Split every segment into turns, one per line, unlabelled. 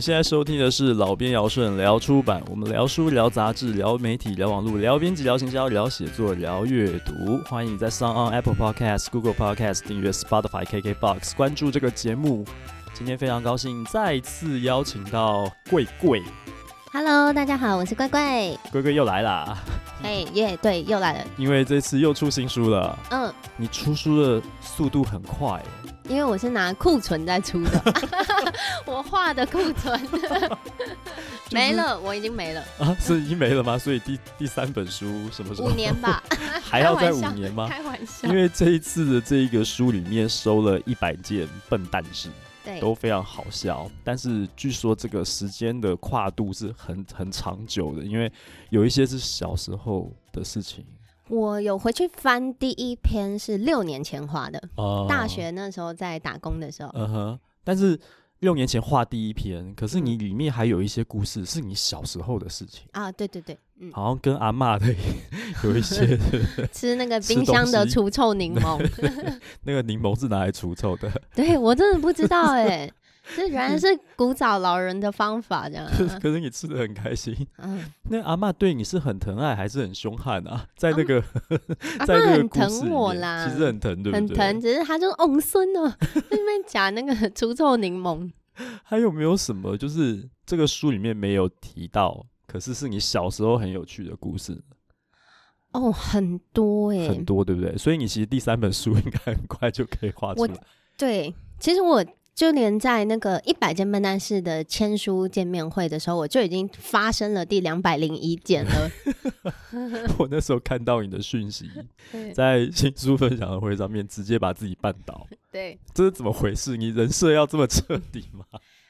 现在收听的是老编姚顺聊出版，我们聊书、聊杂志、聊媒体、聊网络、聊编辑、聊行销、聊写作、聊阅读。欢迎你在 s o n on Apple Podcast、Google Podcast 订阅 Spotify、KKBox 关注这个节目。今天非常高兴再次邀请到贵贵，
Hello，大家好，我是怪怪。
贵贵又来啦，
哎耶，对，又来了。
因为这次又出新书了。
嗯，
你出书的速度很快耶，
因为我是拿库存在出的， 我画的库 存
就是
没了，我已经没了，
啊？是已经没了吗？所以第第三本书什么时候
五？年 吧，
还要再
开
五
玩笑
年吗？
开玩 笑
因。为这一次的这一个书里面收了一百件笨蛋事，
对，
都非常好笑。但是据说这个时间的跨度是很很长久的，因为有一些是小时候的事情
我有回去翻第一篇是六年前画的，
啊
大，学那时候在打工的时候，
嗯哼。但是六年前画第一篇，可是
嗯
你里面还有一些故事是你小时候的事情，
啊，对对对，嗯，
好像跟阿嬷的有一 些
吃那个
吃
冰箱的
东西
除臭柠檬，
那个柠檬是拿来除臭的，
对我真的不知道 哎，这原来是古早老人的方法 这样啊，
可是可是你吃的很开心。
嗯。
那阿嬷对你是很疼爱还是很凶悍啊？在那个
阿
在
嬷
那个
啊很
故事里
疼我
面
啦，
其实很疼，对不对？
很疼，。只是他就是ông 孙哦，在那边夹那个 除臭柠檬。
还有没有什么就是这个书里面没有提到，可是是你小时候很有趣的故事，
哦，很多哎、
很多，对不对？所以你其实第三本书应 该很快就可以画出
我
来。
对，其实我就连在那个一百件笨蛋事的签书见面会的时候，我就已经发生了第两百零一件 了。
我那时候看到你的讯息，
对
在新书分享会上面直接把自己绊倒，
对，
这是怎么回事？你人设要这么彻底吗？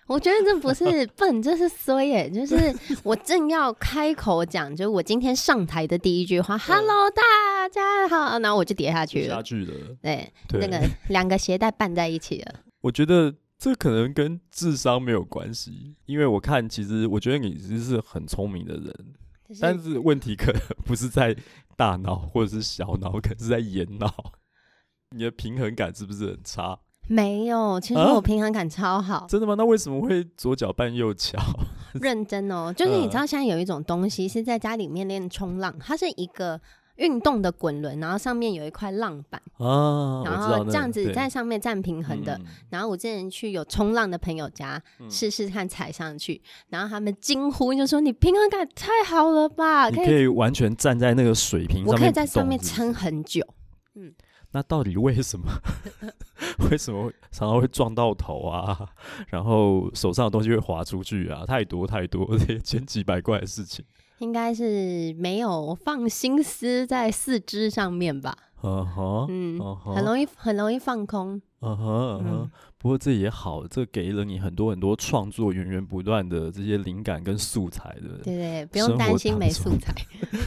我觉得这不 是笨，这是衰耶、就是我正要开口讲，就是我今天上台的第一句话，“Hello，大家好”，然后我就跌下去
下
了。
去了，
对，
对，
那个两个鞋带绊在一起了。
我觉得这可能跟智商没有关系，因为我看其实我觉得你其实是很聪明的人，
就是
但是问题可能不是在大脑或者是小脑，可能是在眼脑。 你的平衡感是不是很差？
没有，其实
啊
我平衡感超好，
真的吗？那为什么会左脚绊右脚？
认真哦。就是你
嗯
知道现在有一种东西是在家里面练冲浪，它是一个运动的滚轮，然后上面有一块浪板，
啊， 我
然
知道
后
那
哦这样子
对
在上面站平衡的。
嗯
然后我之前去有冲浪的朋友家
嗯
试试看踩上去，然后他们惊呼就说：“你平衡感太好了吧！”
你
呃可
可
以，
以完全站在那个水平
我
上面不动，
可以在上面
是不是
撑很久。
那到底为什么？ 为什么常常会撞到头啊？然后手上的东西会滑出去啊？太多太多这些千奇百怪的事情
应该是没有放心思在四肢上面吧，
嗯哼，
嗯，
嗯哼
很容易很容易放空，
嗯哼，嗯哼
嗯。
不过这也好，这给了你很多很多创作源源不断的这些灵感跟素材的。
对对，不
生
用
活
担心
当
没
中
素材。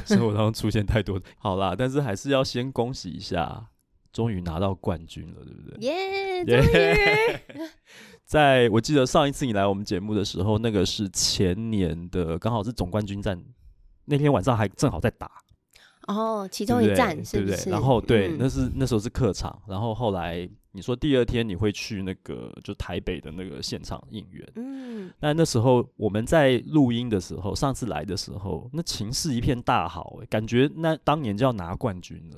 生活当中出现太多。好啦，但是还是要先恭喜一下，终于拿到冠军了，对不对？
耶！ 终
耶
于
在我记得上一次你来我们节目的时候，那个是前年的，刚好是总冠军战，那天晚上还正好在打，
哦，其
对
中
不
一
对
站是
对不对？
是？
然后对，
嗯
那是那时候是客场，然后后来你说第二天你会去那个就台北的那个现场应援。
嗯，
那那时候我们在录音的时候，上次来的时候，那情势一片大好、欸，感觉那当年就要拿冠军了，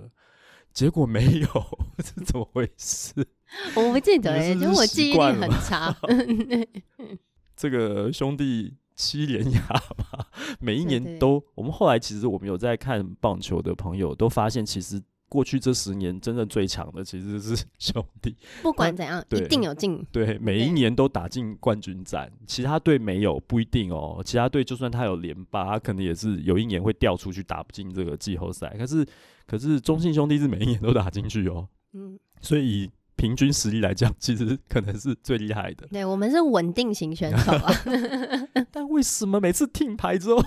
结果没有， 这怎么回事？
我不记得
你们
哎，
是不
就是我
习
记忆力
惯
很
了
差。
这个兄弟七连牙嘛，每一
对
年
对
都。我们后来其实我们有在看棒球的朋友都发现，其实过去这十年真正最强的其实是兄弟，
不 管怎样，一
对
定有进。
对，每一
对
年都打进冠军战。其他队没有不一定哦，其他队就算他有连霸，他可能也是有一年会掉出去打不进这个季后赛。可是可是中信兄弟是每一年都打进去哦，
嗯，
所以以平均实力来讲，其实可能是最厉害的。
对我们是稳定型选手 啊。
但为什么每次听牌之后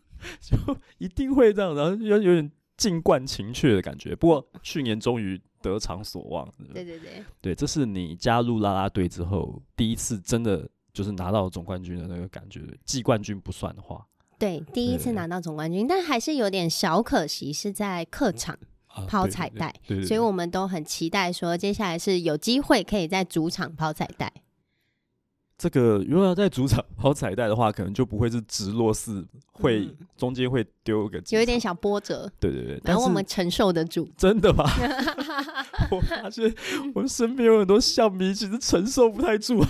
就一定会这样，然后有有点近冠情怯的感觉？不过去年终于得偿所望，对不对
对对对，
对，这是你加入啦啦队之后第一次真的就是拿到总冠军的那个感觉，季冠军不算的话
对，第一次
对
拿到总冠军，但还是有点小可惜，是在客场
啊
抛
对
彩带，
对对对
所以我们都很期待说接下来是有机会可以在主场抛彩带。
这个如果要在主场抛彩带的话，可能就不会是直落四，会、
嗯
中间会丢个几
有一点小波折，
对对对，
然
但
后我
是
们承受得住。
真的吗？ 我发现我身边有很多象迷其实承受不太住啊，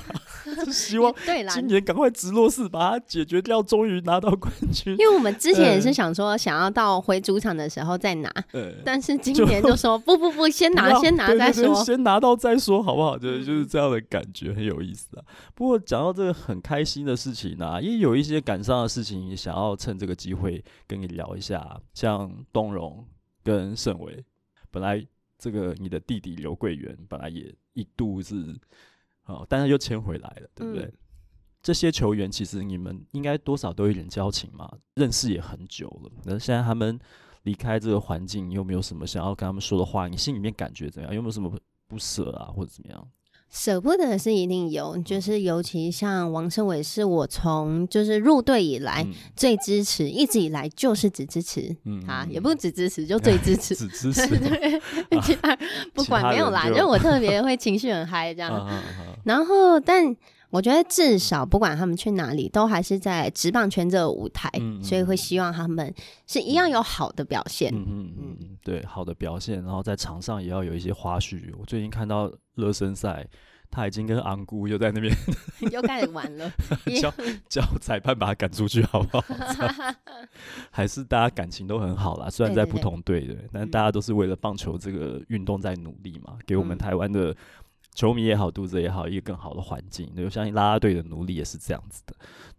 就希望
对啦，
今年赶快直落四把它解决掉，终于拿到冠军。
因为我们之前
嗯
也是想说想要到回主场的时候再拿，
呃，
但是今
就
年就说不不不，先拿
不要
先拿
对对
再
对
说。
先拿到再说，好不好？就是就是
嗯
这样的感觉，很有意思啊。不过讲到这个很开心的事情呢、啊也有一些感伤的事情，也想要趁这个机会跟你聊一下，啊像东荣跟盛伟，本来这个你的弟弟刘桂元本来也一度是啊、但是又签回来了，对不对？
嗯
这些球员其实你们应该多少都有一点交情嘛，认识也很久了。那现在他们离开这个环境，你有没有什么想要跟他们说的话？你心里面感觉怎么样？有没有什么不舍啊，或者怎么样？
舍不得是一定有，就是尤其像王胜伟，是我从就是入队以来
嗯
最支持，一直以来就是只支持
嗯
他，
嗯
啊也不只支持，就最支持。
只支持
对 对，其他不
啊其他
管没有
人
啦，
就
因为我特别会情绪很嗨这
啊
样。
啊啊！
然后，但我觉得至少不管他们去哪里，都还是在职棒圈这个舞台，
嗯嗯
所以会希望他们是一样有好的表现。
嗯嗯嗯嗯，对，好的表现，然后在场上也要有一些花絮。我最近看到热身赛，他已经跟昂姑又在那边
又开始玩了， 也
叫 叫裁判把他赶出去，好不好？ 这样还是大家感情都很好啦，虽然
对
在
对
不
对
同队对，但
嗯
大家都是为了棒球这个运动在努力嘛，给我们
嗯
台湾的球迷也好，读者也好，一个更好的环境。对我相信啦啦队的努力也是这样子的。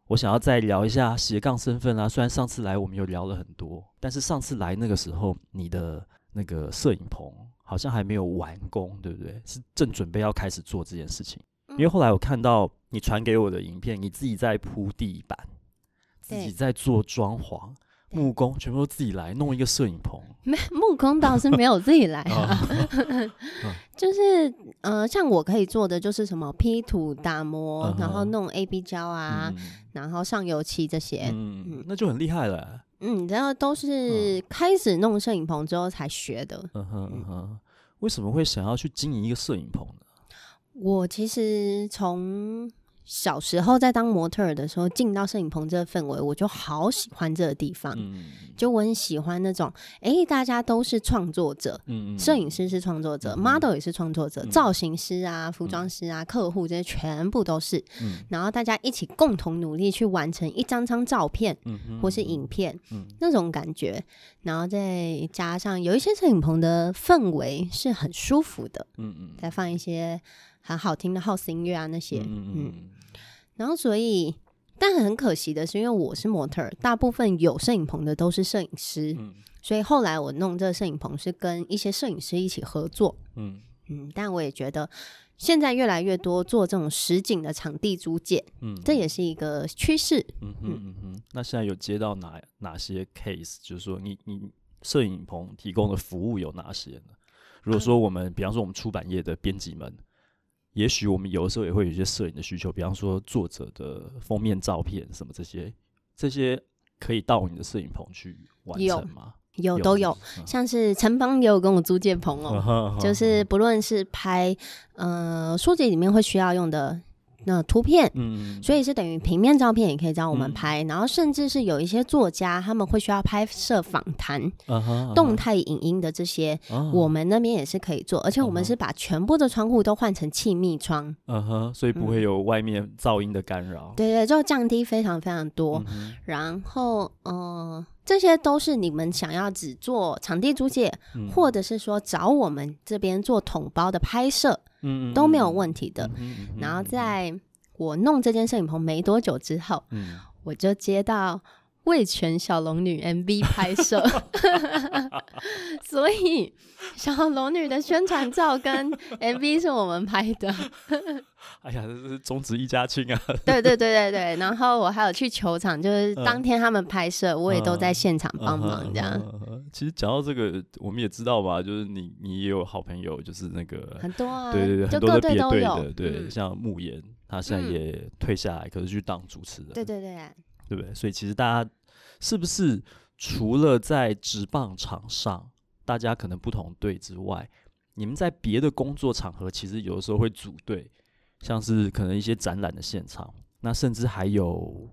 我想要再聊一下斜杠身份啊，虽然上次来我们有聊了很多，但是上次来那个时候，你的那个摄影棚好像还没有完工，对不对？是正准备要开始做这件事情。因
嗯
为后来我看到你传给我的影片，你自己在铺地板，自
对
己在做装潢，
对
木工全部都自己来，弄一个摄影棚。
没木工倒是没有自己来啊，
哦
就是呃，像我可以做的就是什么 P 图打磨，
嗯哼
然后弄 A B 胶啊，
嗯
然后上油漆这些，
嗯
嗯，
那就很厉害了。
嗯，然后都是开始弄摄影棚之后才学的。
嗯哼嗯哼，为什么会想要去经营一个摄影棚呢？
我其实从小时候在当模特儿的时候，进到摄影棚这个氛围，我就好喜欢这个地方。
嗯
就我很喜欢那种，诶，大家都是创作者，
嗯
摄影师是创作者、
嗯
m o d e l 也是创作者，
嗯
造型师啊、服装师啊、客户这些全部都是。
嗯
然后大家一起共同努力去完成一张张照片
嗯哼
或是影片
嗯
那种感觉，然后再加上有一些摄影棚的氛围是很舒服的，
嗯嗯
再放一些很好听的 house 音乐啊那些，
嗯
嗯，然后所以。但很可惜的是，因为我是模特儿，大部分有摄影棚的都是摄影师，
嗯
所以后来我弄这个摄影棚是跟一些摄影师一起合作，
嗯
嗯，但我也觉得现在越来越多做这种实景的场地租借，
嗯，
这也是一个趋势。
嗯哼嗯哼，那现在有接到哪哪些 case？就是说你，你摄影棚提供的服务有哪些呢？
嗯
如果说我们，比方说我们出版业的编辑们，也许我们有的时候也会有一些摄影的需求，比方说作者的封面照片什么这些，这些可以到你的摄影棚去完
有
成吗？嗯
有都有，，像是陈邦也有跟我租借棚哦，
哦
就是不论是拍呃书籍里面会需要用的那图片。
嗯，
所以是等于平面照片也可以找我们
嗯
拍，然后甚至是有一些作家他们会需要拍摄访
嗯
谈、
以
动态影音的这些，
啊
我们那边也是可以做，而且我
嗯
们
哼
是把全部的窗户都换成气密窗，
嗯哼，所以不会有外面噪音的干扰。
对对，就降低非常非常多。
嗯哼，
然后，呃，这些都是你们想要只做场地租借，
嗯
或者是说找我们这边做统包的拍摄
嗯嗯
都没有
嗯
问题的
嗯。哼嗯哼
然后
嗯哼
在我弄这间摄影棚没多久之后，
嗯，
我就接到。魏全小龙女 MV 拍摄， 所以小龙女的宣传照跟 MV 是我们拍 的。
哎呀，这是中职一家亲啊！
对对对对对，然后我还有去球场，就是当天他们拍摄，我也都在现场帮忙这样。
嗯嗯。其实讲到这个，我们也知道吧，就是你你也有好朋友，就是那个，
很多啊，
对对对，
就
很多
各
的
队
别
都
队
有
的，，对，
嗯
像慕言，他现在
嗯
也退下来，可是去当主持人，
对对啊
对
对，
不对？所以其实大家是不是除了在职棒场上，大家可能不同队之外，你们在别的工作场合，其实有的时候会组队像是可能一些展览的现场，那甚至还有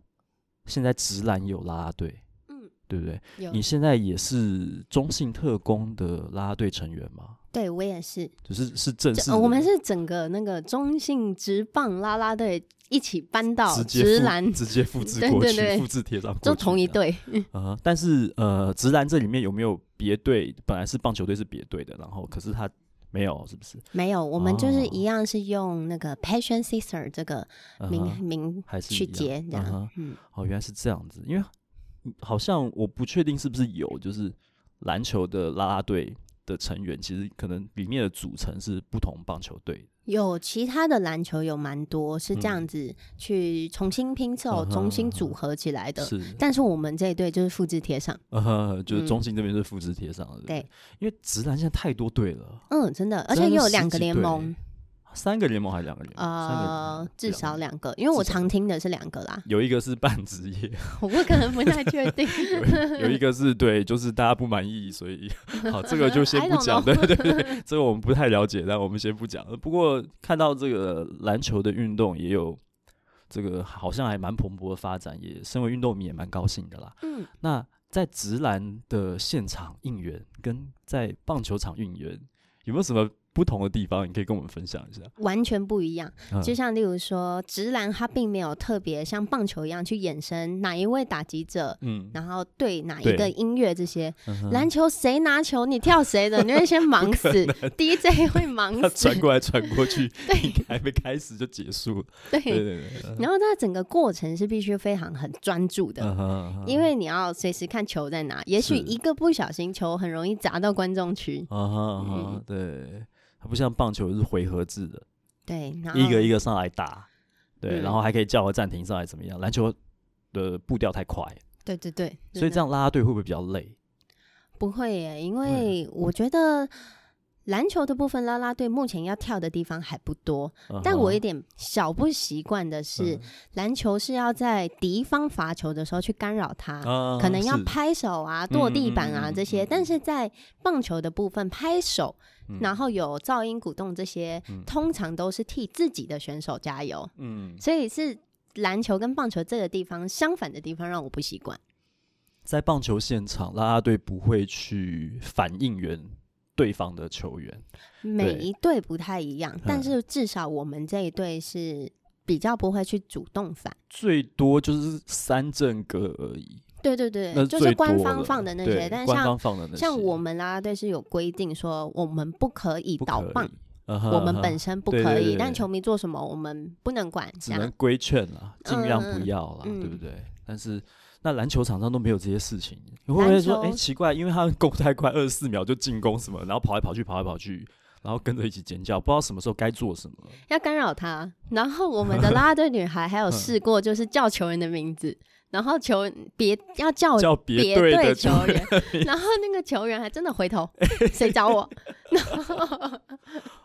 现在直男有啦啦队，
嗯，
对不对？
有
你，现在也是中信特工的啦啦队成员吗？
对我也是，
就是是正
这
式
呃
的，
我们是整个那个中性职棒啦啦队一起搬到
直接
直
复
男，
直接复制
对
过
对
去，
对
复制贴上过去这
就
样，
同一队。
呃，但是呃，直男这里面有没有别队？本来是棒球队是别队的，然后可是他没有，是不是？
没有，我们就是
哦
一样是用那个 Passion Sister 这个
嗯
名、
哼
名
还是
去
一样
结这
嗯哼
样，嗯，
哦，原来是这样子，因为嗯好像我不确定是不是有，就是篮球的啦啦队的成员，其实可能里面的组成是不同棒球队。
有其他的篮球有蛮多是这样子去重新拼凑、
嗯嗯哼
重新组合起来的，
是，
但是我们这一队就是复制贴上，
呃，就是
嗯
中信这边是复制贴上的，不
对，
因为直男现在太多队了，
嗯，真的，而且
真的
有
十
两
几
个联
队
盟，
三个联盟还是两个联盟？三个联
呃
盟，
至
两
少
个
两个，因为我
至少
常听的是两个 啦，
有一个是半职业，
我不可能不太确 定，
有 有一个是对，就是大家不满意，所以好，这个就先
I
不
don't
讲。
know
对对对，这个我们不太了解，但我们先不讲。不过看到这个篮球的运动也有这个好像还蛮蓬勃的发展，也身为运动迷也蛮高兴的啦。
嗯，
那在直篮的现场应援跟在棒球场应援有没有什么不同的地方？你可以跟我们分享一下。
完全不一样。
嗯
就像例如说，直男他并没有特别像棒球一样去衍生哪一位打击者，
嗯，
然后对哪一
对
个音乐这些。
嗯哼
篮球谁拿球你跳谁的，你会先忙死，DJ 会忙
他
死
传，过来传过去，
对
还没开始就结束了。对
对。
对嗯对，
然后它整个过程是必须非常很专注的。
嗯哼嗯哼
因为你要随时看球在哪，也许
是
一个不小心球很容易砸到观众区。
啊哈啊哈
嗯，
对，它不像棒球是回合制的，
对，然后
一个一个上来打，对，
嗯
然后还可以叫个暂停上来怎么样？篮球的步调太快，
对对对，
所以
真的
这样拉拉队会不会比较累？
不会耶，因
嗯
为我觉得篮球的部分啦啦队目前要跳的地方还不多，
嗯
但我有
哼
点小不习惯的是
嗯，
篮球是要在敌方罚球的时候去干扰他。
啊
可能要
是
拍手啊、跺地板
嗯
啊
嗯嗯
这
嗯
些，
嗯
但是在棒球的部分，拍手，
嗯
然后有噪音鼓动这些
嗯，
通常都是替自己的选手加油，
嗯，
所以是篮球跟棒球这个地方相反的地方让我不习惯。
在棒球现场，拉拉队不会去反应援对方的球员，
每
对
一队不太一样，但
嗯
是至少我们这一队是比较不会去主动反。
最多就是三阵歌而已，
对对对
那，
就
最
是官
多
方
了
放的那
对
些，但
官
像
方放的那些，
像我们啦啦队是有规定说我们不可以
不
倒
可
棒
以，，嗯哼
我们
嗯哼
本身不
对
可
对
以，
对
但
对
球迷做什么我们不能管。这
只能
样
规劝啦，尽量不
嗯
要啦，
嗯
对不对？但是那篮球场上都没有这些事情，你会不会说，
篮球
哎、奇怪，因为他们攻太快，二十四秒就进攻什么，然后跑来跑去，跑来跑去，然后跟着一起尖叫，不知道什么时候该做什么。
要干扰他，然后我们的啦啦队女
嗯
孩还有试过就是叫球员的名字，然后球别要叫
叫
哦别
别队的
球
球
员，然后那个球员还真的回头，谁找我？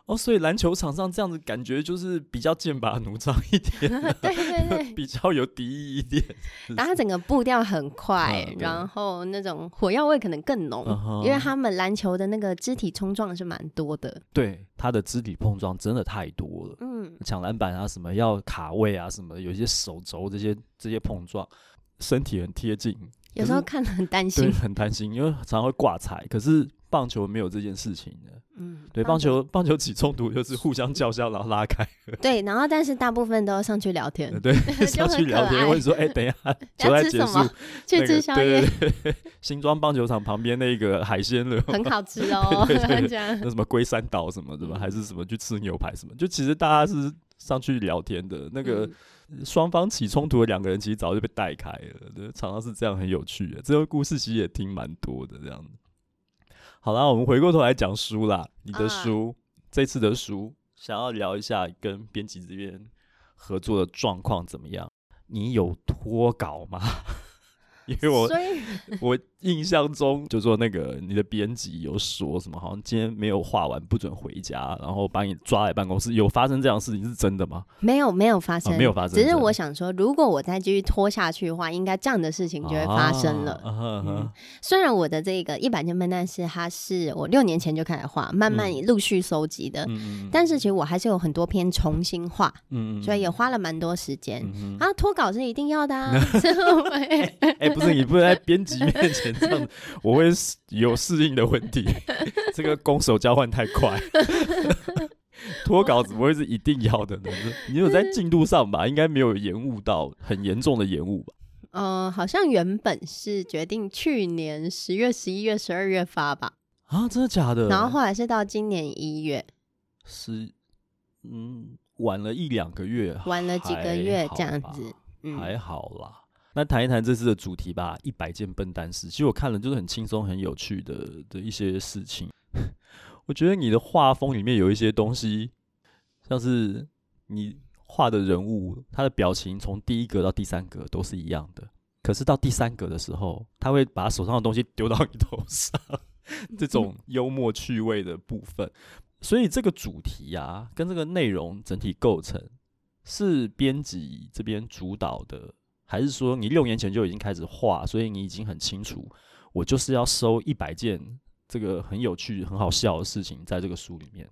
哦，所以篮球场上这样子感觉就是比较剑拔弩张一点，
对 对对，
比较有敌意一点。
然后它整个步调很快，
嗯对
然后那种火药味可能更浓，
嗯哼
因为他们篮球的那个肢体冲撞是蛮多的。
对他的肢体碰撞真的太多了。
嗯，
抢篮板啊，什么要卡位啊，什么有一些手肘这些这些碰撞，身体很贴近，
有时候
可是
看得很担
对，
心。
很担心，因为常常会挂彩。可是棒球没有这件事情的，
嗯，
对棒球棒球起冲突就是互相叫嚣，然后拉开，
对，然后但是大部分都要上去聊天，
呃 对，
嗯很
上去
可
聊天，
爱
问说，哎、等一下 球赛
要吃
结
什
束，
么？去
那个
吃宵夜
对，对对，新庄棒球场旁边那个海鲜了。
很好吃 哦，
对对对对
这样。
那什么龟山岛什么的吧，
嗯
还是什么去吃牛排什么？就其实大家是上去聊天的，那个
嗯
双方起冲突的两个人其实早就被带开了，对，常常是这样，很有趣的。这个故事其实也听蛮多的这样子。好啦，我们回过头来讲书啦，你的
啊
书，这次的书，想要聊一下跟编辑这边合作的状况怎么样？你有脱稿吗？ 因为我
所以
我印象中就说那个你的编辑有说什么，好像今天没有画完不准回家，然后把你抓来办公室，有发生这样的事情是真的吗？
没有没有发生、
啊没有发生
只是我想说，如果我再继续拖下去的话，应该这样的事情就会发生了。
啊啊哈
嗯虽然我的这个一百件笨蛋是它是我六年前就开始画，慢慢陆续收集的，
嗯嗯
但是其实我还是有很多篇重新画，
嗯嗯
所以也花了蛮多时间。
嗯哼
啊，脱稿是一定要的 啊！所以我会
哎、不 是你不能在编辑面前这样子，我会有适应的问题。 这个攻守交换太快， 脱稿怎么会是一定要的呢？你有在进度上吧，应该没有延误到很严重的延误吧？
嗯、好像原本是决定去年十月、十一月、十二月发吧，
啊，真的假的？
然后后来是到今年一月，
是嗯，晚了一两个月，
玩了几个月这样子。
还
嗯，
好啦。那谈一谈这次的主题吧，一百件笨蛋事。其实我看了就是很轻松、很有趣的的一些事情。 我觉得你的画风里面有一些东西，像是你画的人物，他的表情从第一格到第三格都是一样的，可是到第三格的时候，他会把手上的东西丢到你头上， 这
嗯
种幽默趣味的部分。所以这个主题啊，跟这个内容整体构成是编辑这边主导的，还是说你六年前就已经开始画，所以你已经很清楚，我就是要收一百件这个很有趣、很好笑的事情在这个书里面？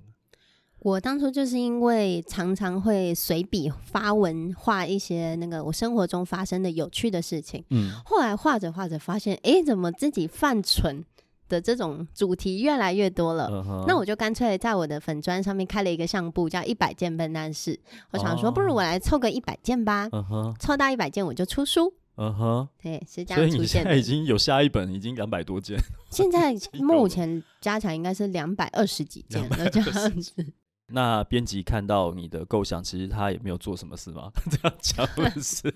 我当初就是因为常常会随笔发文画一些那个我生活中发生的有趣的事情，
嗯，
后来画着画着发现，诶，怎么自己犯蠢的这种主题越来越多了？呃
嗯
那我就干脆在我的粉砖上面开了一个相簿，叫“一百件笨蛋事”。我想说，
哦
不如我来凑个一百件吧，
嗯哼，
凑到一百件我就出书。
嗯哼，
对，是这
所
样
以
出
你
现
现在已
的。
经有下一本，已经两百多件，
现在
有
目
了
前加起来应该是两百二十几件了，这样子。
那编辑看到你的构想，其实他也没有做什么事吗？ 这样讲不是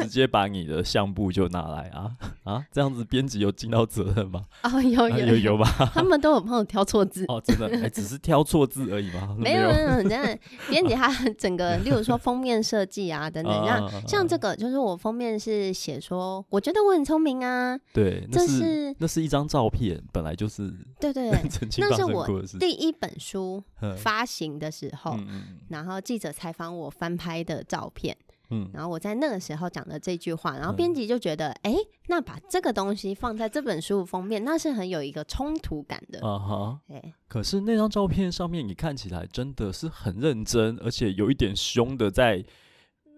直接把你的相簿就拿来啊啊？这样子编辑有尽到责任吗？
哦，有
啊
有
有 有，吧？
他们都有朋友挑错字。
哦，真的，哎，只是挑错字而已吗？
没有没有，真 的，编辑他整个，例如说封面设计啊等等，像
啊
像这个，就是我封面是写说，我觉得我很聪明啊，
对，那
这
是
是
那是一张照片，本来就是
对对 对，
曾经
那
发
是
生
我
过的事情。
第一本书
嗯
发哦行的时候，
嗯嗯
然后记者采访我翻拍的照片，
嗯嗯
然后我在那个时候讲的这句话，然后
嗯
编辑就觉得，哎、那把这个东西放在这本书封面，那是很有一个冲突感的。
啊哈！
哎，
可是那张照片上面，你看起来真的是很认真，而且有一点凶的在。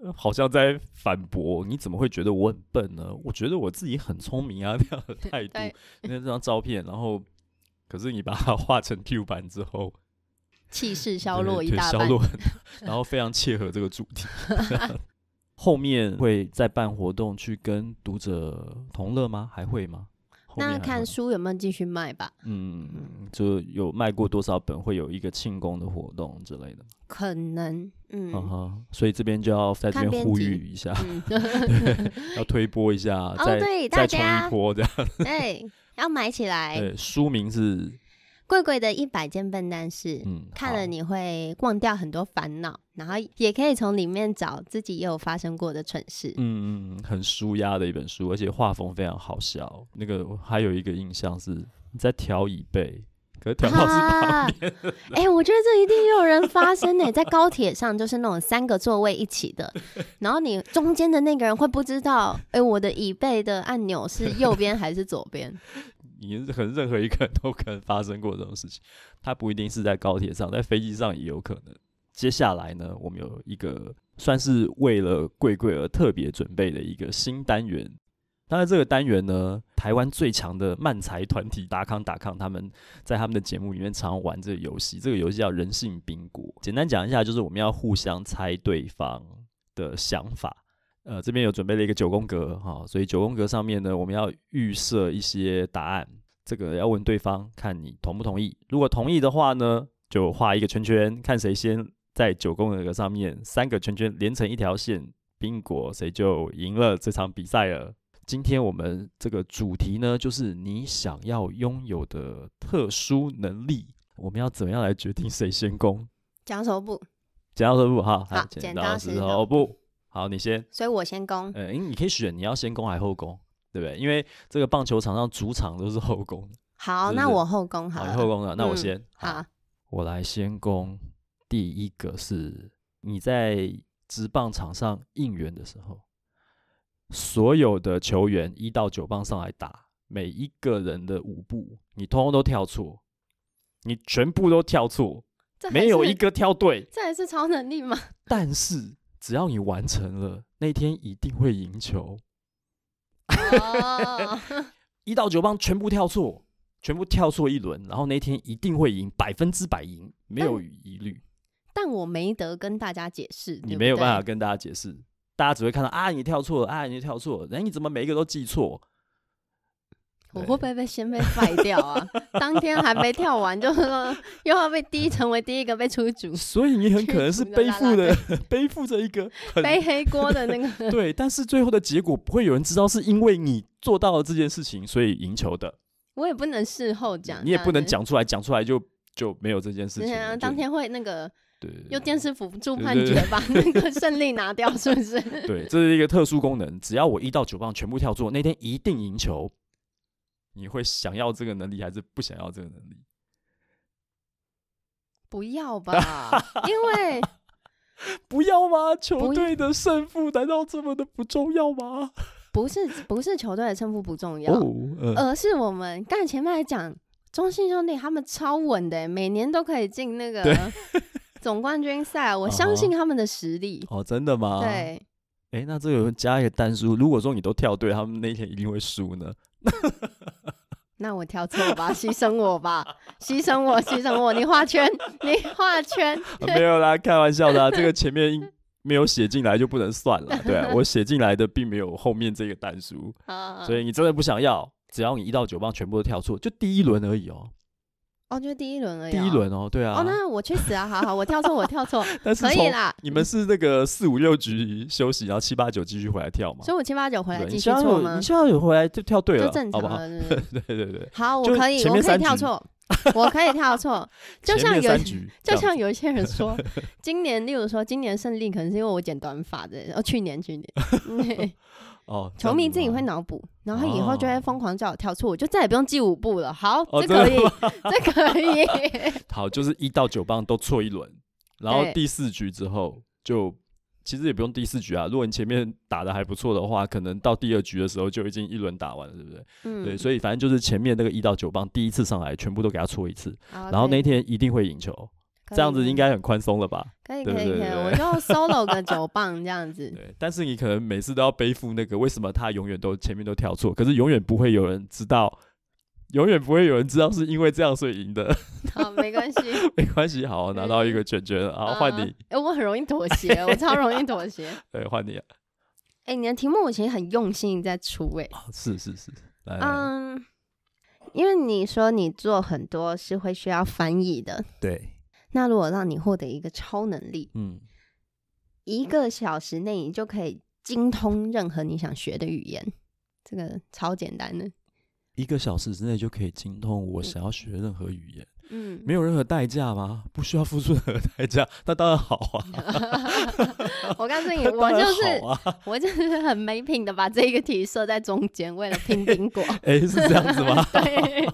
呃好像在反驳，你怎么会觉得我很笨呢？我觉得我自己很聪明啊，那 样的态度
对。
那张照片，然后可是你把它画成 Q 版之后，
气势消
对
弱一
对
大
消
半。
落 很大然后非常切合这个主题。后面会再办活动去跟读者同乐吗？还会吗？后面
那
还会
看
吗，
书有没有继续卖吧？
嗯，就有卖过多少本，会有一个庆功的活动之类的。
可能，
嗯
嗯
哼，所以这边就要在这边
看编
呼
辑
吁一下，
嗯，
要推播一下，
哦，
再
对，
再
大
冲一
家
波这样。
对要买起来。
对，书名是
贵贵的一百件笨蛋事，
嗯，
看
好
了你会忘掉很多烦恼，然后也可以从里面找自己也有发生过的蠢事。
嗯嗯，嗯，很舒压的一本书，而且画风非常好笑。那个我还有一个印象是你在调椅背，可是调到是
啊！哎、我觉得这一定也有人发生呢、在高铁上就是那种三个座位一起的，然后你中间的那个人会不知道，哎、我的椅背的按钮是右边还是左边？
你可能任何一个人都可能发生过这种事情，它不一定是在高铁上，在飞机上也有可能。接下来呢，我们有一个算是为了贵贵而特别准备的一个新单元。当然，这个单元呢，台湾最强的漫才团体达康达康，他们在他们的节目里面常玩这个游戏。这个游戏叫人性冰果。简单讲一下，就是我们要互相猜对方的想法。呃，这边有准备了一个九宫格哈、所以九宫格上面呢，我们要预设一些答案，这个要问对方看你同不同意。如果同意的话呢，就画一个圈圈，看谁先在九宫格上面三个圈圈连成一条线，宾果谁就赢了这场比赛了。今天我们这个主题呢，就是你想要拥有的特殊能力，我们要怎么样来决定谁先攻？
讲手不，
剪刀石头布，好，
好剪刀石头
哦布，好，你先。
所以我先攻。
嗯呃，诶你可以选你要先攻还是后攻，对不对？因为这个棒球场上主场都是后宫，
好，
是不是
那我后宫好
好，
了，
你后宫了，那我
嗯
先，
好，
我来先攻。第一个是你在职棒场上应援的时候，所有的球员一到九棒上来打，每一个人的舞步你通通都跳错，你全部都跳错，
这还
没有
是
一个跳对。
这还是超能力 吗？
但是只要你完成了，那天一定会赢球。
哦，
一到九棒全部跳错，全部跳错一轮，然后那天一定会赢，百分之百赢，没有
嗯
疑虑。
但我没得跟大家解释，
你没有办法
法，
跟大家解释，大家只会看到啊，你跳错了啊，你跳错了，哎，你怎么每一个都记 错？、
我会不会被先被废掉啊？ 当天还没跳完，就说又要被第一成为第一个被出局
所以你很可能是
驱逐的
背
啦
负
啦
的背负着一 个很
背黑锅的那 个
对，但是最后的结果不会有人知道，是因为你做到了这件事情，所以赢球的。
我也不能事后讲，
你也
这样
不能
子。
讲出来，讲出来就就没有这件事情
对
了。
啊，
就
当天会那个
对
用电视辅助
对
判
对
决把那个胜利拿掉，是不是？
对，这是一个特殊功能，只要我一到九棒全部跳做，那天一定赢球。你会想要这个能力，还是不想要这个能力？
不要 吧，因为
不要吗？球
不
队的胜负难道这么的不重要吗？
不是不是球队的胜负不重要，
哦，呃，
而是我们刚才前面来讲，中信兄弟他们超稳的，欸每年都可以进那
对
个 总冠军赛，我
啊哈
相信他们的实力。
哦，真的吗？，
对，
哎，那这个加一个单数，如果说你都跳对，他们那一天一定会输呢。
那我挑错吧，牺牲我吧，牺牲我，牺牲我，你画圈，你画圈，
啊没有啦，开玩笑的、啊，这个前面 应没有写进来就不能算了。对啊、我写进来的并没有后面这个单数，
啊，
所以你真的不想要，只要你一到九棒全部都跳错，就第一轮而已哦，
哦，就第一轮而已、
第一。轮哦，对啊。
哦，那我去死啊！好好，我跳错，我跳错，
但 是
可以
从
啦。
你们是那个四五六局休息，然后七八九继续回来跳嘛？
所以我七八九回来
对
继
你
续
希望
错
有
吗
你？希望有回来就跳对
就
了，
正
好
常啊
不好？
了，对不 对
对对对，
好，我
就
可以，
前
我
面
可以
三
跳
局
错， 我可以跳错，就
前
像
面
有
三局这
就
样子，
像有一些人 说，今年，例如说今年胜利可能是因为我剪短发的，哦，去 年去年，嗯
哦，这
球
样
迷
子
自己
吗
会脑补，然后以后就会疯狂叫我跳错，我就再也不用记舞步了。好，
哦
这
真的
可以，这 可以，
好，就是一到九棒都错一轮，然后
对
第四局之后就其实也不用第四局啊，如果你前面打的还不错的话，可能到第二局的时候就已经一轮打完了，对不对？对，
嗯，
所以反正就是前面那个一到九棒第一次上来全部都给他搓一次，
然
然后那天一定会赢球，这样子应该很宽松了吧？
可以
对
可以可
对
以，
对
我就 solo 个九棒这样子，
对，但是你可能每次都要背负那个为什么他永远都前面都跳错，可是永远不会有人知道。永远不会有人知道是因为这样所以赢的，
好，没关系。
没关系，好，拿到一个卷卷，好换
啊
你，
哎， 我很容易妥协，我超容易妥协。
对，换你，
哎，你的题目我其实很用心在出，哎，
啊是是是，来，来来
嗯，因为你说你做很多是会需要翻译的，
对，
那如果让你获得一个超能力，
嗯，
一个小时内你就可以精通任何你想学的语言，这个超简单的。
一个小时之内就可以精通我想要学任何语言，
嗯，
没有任何代价吗？不需要付出任何代价，那当然好啊，
我告诉 你，我
当然
就是、
好啊，
我就是很没品的把这一个题设在中间，为了拼苹 果。？
哎，是这样子吗
对，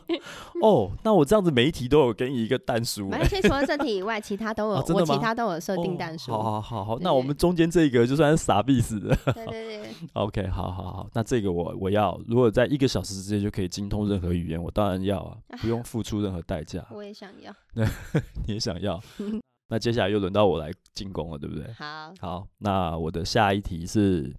哦，那我这样子每一题都有给你一个蛋书，
反
哎
正其实除了这题以外，其他都有、
啊真的
我其
吗
他都有设定
哦
弹数。
好好好好，
对
那我们中间这个就算是傻逼死的
对对对，
，OK，好好好，那这个我我要，如果在一个小时之内就可以精通任何语言，我当然要 啊，不用付出任何代价，
我也想要。
你也想 要，那接下来又轮到我来进攻了，对不 对？
好，
好，那我的下一题是，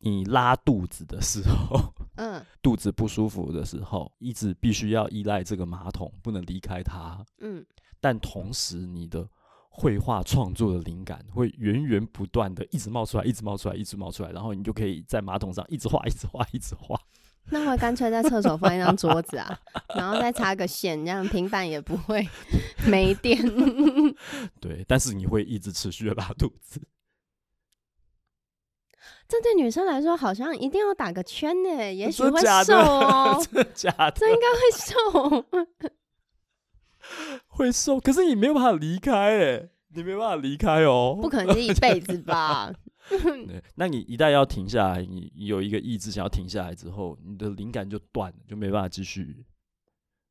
你拉肚子的时候，
嗯
肚子不舒服的时候，一直必须要依赖这个马桶，不能离开它。
嗯，
但同时，你的绘画创作的灵感会源源不断的一直冒出来，一直冒出来，一直冒出来，然后你就可以在马桶上一直画，一直画，一直画。
那我干脆在厕所放一张桌子啊，然后再插个线，这样平板也不 会没电。
对，但是你会一直持续的拉肚子。
这对女生来说，好像一定要打个圈呢，也许
真
会
假的，
瘦哦
真的假的？
这应该会瘦。哦
会欸瘦，可是你没有办法离开哎、你没有办法离开哦。
不可能是一辈子吧？
对，那你一旦要停下来，你你有一个意志想要停下来之后，你的灵感就断了，就没办法继续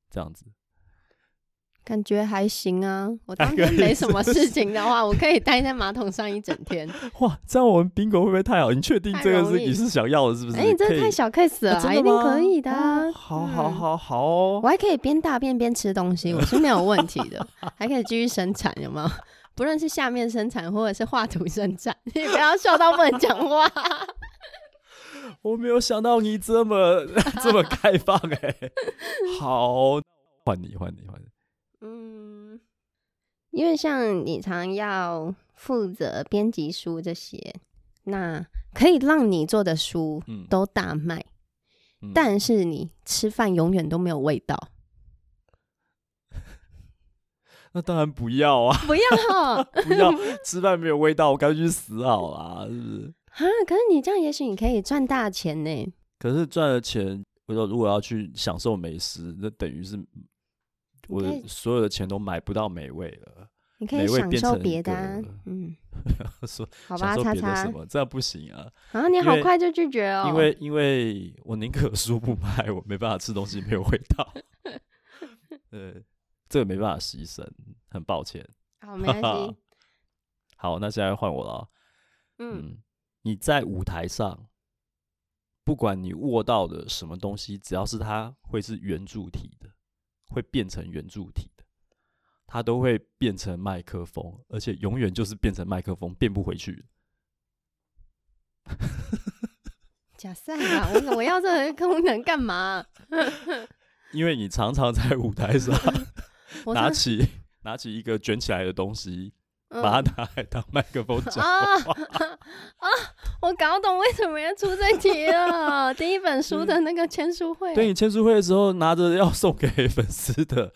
这样子。
感觉还行啊。我当天没什么事情的话，我可以待在马桶上一整天。
哇，这样我们宾果会不会太好？你确定
太
这个
容
是
易
你是想要的，是不是？
哎，你这
可以
太小 case 了
啊真
啊，
的
一定
吗哦
可以的啊。
好好
嗯
好好哦，
我还可以边大便边吃 东西，我是没有问题的，还可以继续生产，有没有？不论是下面生产或者是画图生产， 你不要笑到不能讲 话。
我没有想到你这 么这么开放哎、好，换你换你换你，
嗯，因为像你常要负责编辑书这些，那可以让你做的书
嗯，
都大卖，
嗯
但是你吃饭永远都没有味道。
那当然不要啊，
不要 哈
不 要吃饭没有味道，我干脆去死好啦，是不是？
啊！可是你这样，也许你可以赚大钱呢。
可是赚了钱，我说如果要去享受美食，那等于是我
可
的
以
所有的钱都买不到美味了。
你可以
美味
享
变
受
成一
别的、啊
个，
嗯，
说
好
享
吧，
受
叉
别的
叉
什。么，这样不行啊。
啊，你
因
好
为
快就拒绝哦，
因为因为我宁可 书不卖，我没办法吃东西没有味 道。呃，这个没办法牺牲，很抱歉。
好没关系，
好，那现在换我了啊。
嗯，
嗯，你在舞台上，不管你握到的什么东西，只要是它会是圆柱体的，会变成圆柱体的，它都会变成麦克风，而且永远就是变成麦克风，变不回去了。
假赛啊，我我要这个功能干嘛？
因为你常常在舞台上
我
拿
说
起拿起一个卷起来的东西，
嗯
把它拿来当麦克风讲
啊
话。
啊！我搞懂为什么要出这题了。第一本书的那个签书
嗯
会，
对你签书会的时候，拿着要送给 粉丝的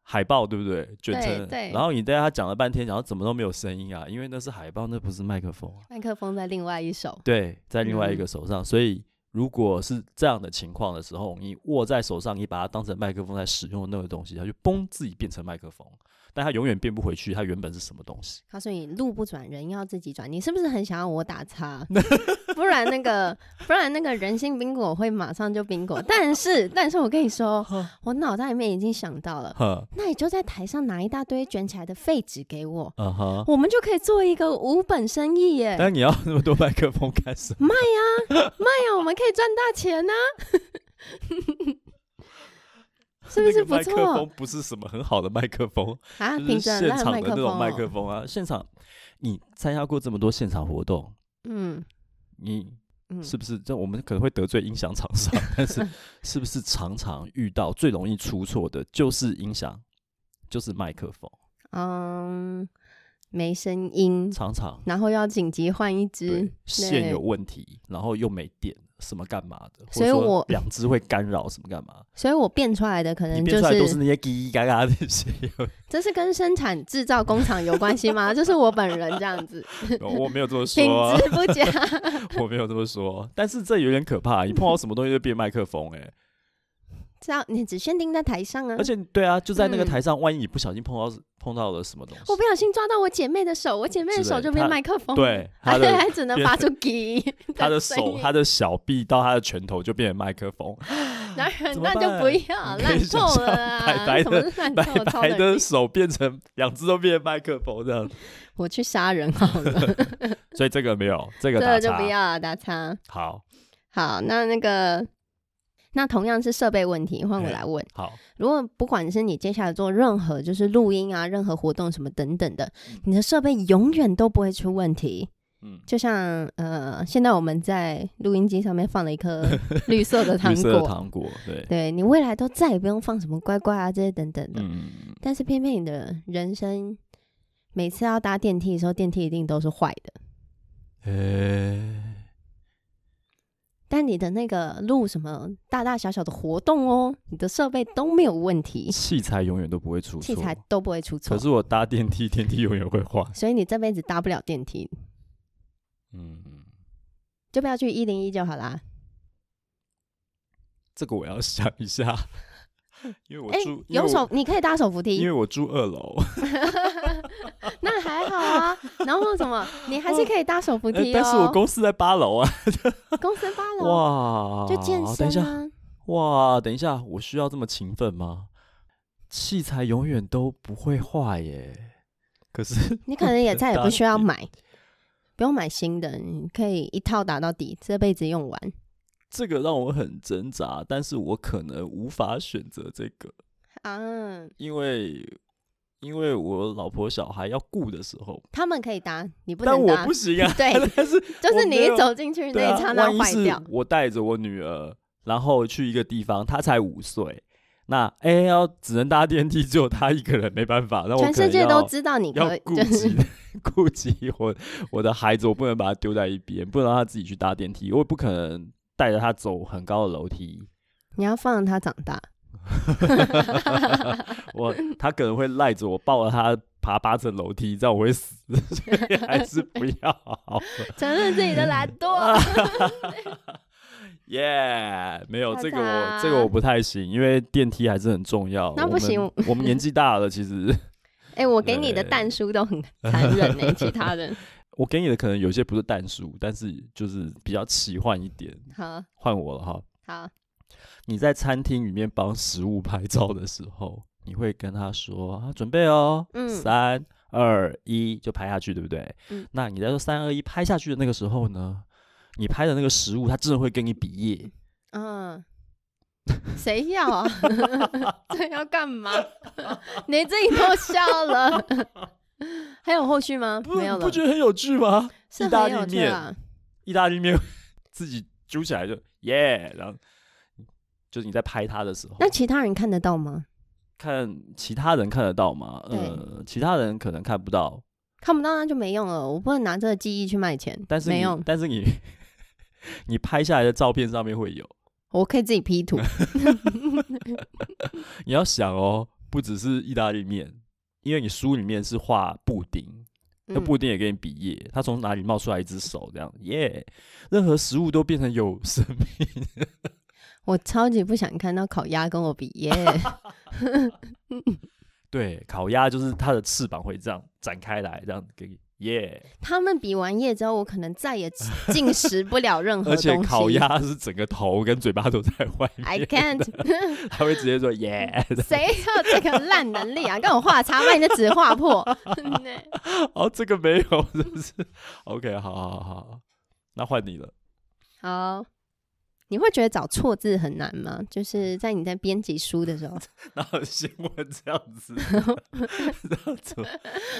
海报，对不对？卷成，
对
然后你带他讲了半天，然后怎么都没有声音啊，因为那是海报，那不是麦克风啊。
麦克风在另外一手，
对，在另外一
嗯
个手上，所以如果是这样的情况的时候，你握在手上，你把它当成麦克风在使用的那个东西，它就嘣自己变成麦克风，但它永远变不回去，它原本是什么东西？
告诉你路不转人要自己转。你是不是很想要我 打叉？不然那个不然那个人性冰果会马上就冰果。但是但是我跟你说，我脑袋里面已经想到了，
哼，
那你就在台上拿一大堆卷起来的废纸给我，
嗯哼。
我们就可以做一个无本生意 耶！哎
但你要那么多麦克风干什么？
呀，我们可以赚大钱呢、啊 是不是不
那个麦克
错
风不是什么很好的麦克风，
啊？
就是
平着
现
那
场
麦
的那
克
种
风、哦
麦克风啊，现场你参加过这么多现场活动，
嗯
你
嗯，
是不是？这我们可能会得罪音响厂商，但 是是不是常常遇到最容易出错的就是音响，就是麦克风，
嗯，没声音，
常常
然后要紧急换一
对
支，
线有问题，然后又没电，什么干嘛的，或
所以
者说
我
两只会干扰什么干嘛？
所以我变出来的可
你
能
变
就
出来都是
是，
那些叽叽嘎嘎的那些，
这是跟生产制造工厂有关系吗？就是我本人这样子，
我没有这么
品
说啊，
质不佳。
我没有这么说，啊但是这有点可怕，你碰到什么东西就变麦克风哎、
这样你只限定在台上啊
而。且对啊，就在那个
嗯
台上，万一你不小心碰到碰到了什么东西
我，不小心抓到我姐妹的手，我姐妹的手就变麦克风，
对她
而 且
的
还只能发出滴
她的
声
手
音，
她的小臂到她的拳头就变成麦克风，
男人
怎么
那
办
就不要
你可以
烂透
想
了
象
啊！
白白的
什么是烂
白
透？超
白
能
的
力
手变成两只都变成麦克风这样，
我去杀人好了，
所以这个没有， 这个
这
打
个就
叉
不要了，打叉。
好
好，那那个。那同样是设备问题，换我来问。
好，
如果不管是你接下来做任何就是录音啊、任何活动什么等等的，你的设备永远都不会出问题。
嗯，
就像呃，现在我们在录音机上面放了一颗绿色 的糖
绿色的
果，
糖果，对，
对你未来都再也不用放什么乖乖啊这些等等的。
嗯，
但是偏偏你的人生每次要搭电梯的时候，电梯一定都是坏的。
呃，
但你的那个录什么大大小小的活动哦，你的设备都没有问题，
器材永远都不会出
器
错，
材都不会出错
可。是我搭电梯，电梯永远会坏，
所以你这辈子搭不了电梯，
嗯，
就不要去一零一就好啦。
这个我要想一下。因为我
哎、
住、因为
有
我
手你可以搭手扶
因
梯
为，我住二楼，
那还好啊。然后什么，你还是可以搭手扶
哎
梯哦。
但是我公司在八楼啊，
公司八楼
哇，
哦就健
等一
身
下，
啊，
哇，等一下，我需要这么勤奋吗？器材永远都不会坏耶，可是
你可能也再也
搭
不 需要买，不用买新的，你可以一套打到底，这辈子用完。
这个让我很挣扎，但是我可能无法选择这个，
啊，
因为因为我老婆小孩要顾的时候，
他们可以搭，你不
但
能哎
我
搭，
不。行啊
对，
但是
就是你
我没有
一走进去
对
那
啊
一刹，那
万一
坏掉
是。我带着我女儿，然后去一个地方，她才五岁，那哎要只能搭电梯，只有她一个人，没办法，那我
全
可
世
能
界
要
都知道你
要
可以，
顾
就是
及 顾及我我的孩子，我不能把他丢在一边，不能让他自己去搭电梯，我也不可能带着他走很高的楼梯，
你要放着他长 大。
我他可能会赖着我抱着他爬八层楼梯，这样我会死， 所以还是不要好了。
承认自己的懒惰。
耶、没有这个我
大家
这个我不太行，因为电梯还是很重要。
那
我
不行
们，我们年纪大了，其实
哎、我给你的蛋叔都很 残忍哎、其他人
我给你的可能有些不是淡数，但是就是比较奇幻一点。
好
换我了哈，
好
你在餐厅里面帮食物拍照的时候，你会跟他说啊，准备哦，
嗯
三二一就拍下去，对不对？
嗯
那你在说三二一拍下去的那个时候呢，你拍的那个食物，它真的会跟你比耶。
嗯，谁要啊？ 这要 干嘛？你自己都笑了。还有后续吗？
不
没有
不
了，
觉得很有趣吗？
是
意大
很
利
有趣
面
啊。
意大利面 自己揪起来就耶然后就是你在拍它的时候，
那其他人看得到吗？
看其他人看得到吗？
对
呃，其他人可能看不到，
看不到那就没用了，我不能拿这个记忆去卖钱，
但是
没
你
用，
但是你 你拍下来的照片上面会有。
我可以自己 P 图。嗯
你要想哦，不只是意大利面，因为你书里面是画布丁，那
嗯
布丁也给你比耶，它从哪里冒出来一只手这样，耶、任何食物都变成有生命。
我超级不想看到烤鸭跟我比 耶。
对，烤鸭就是它的翅膀会这样展开来，这样给你耶
他们比完夜之后，我可能再也进食不了任何
而
东西。
且烤鸭是整个头跟嘴巴都在外
I
面，
can't，
它会直接说耶、
谁要这个烂能力啊？ 跟我画叉，把你的纸画破。对
哦，这个没有，是不是？OK，好好好好，那换你了。
好，你会觉得找错字很难吗？就是在你在编辑书的时候，
哪有新闻这样子？这样 子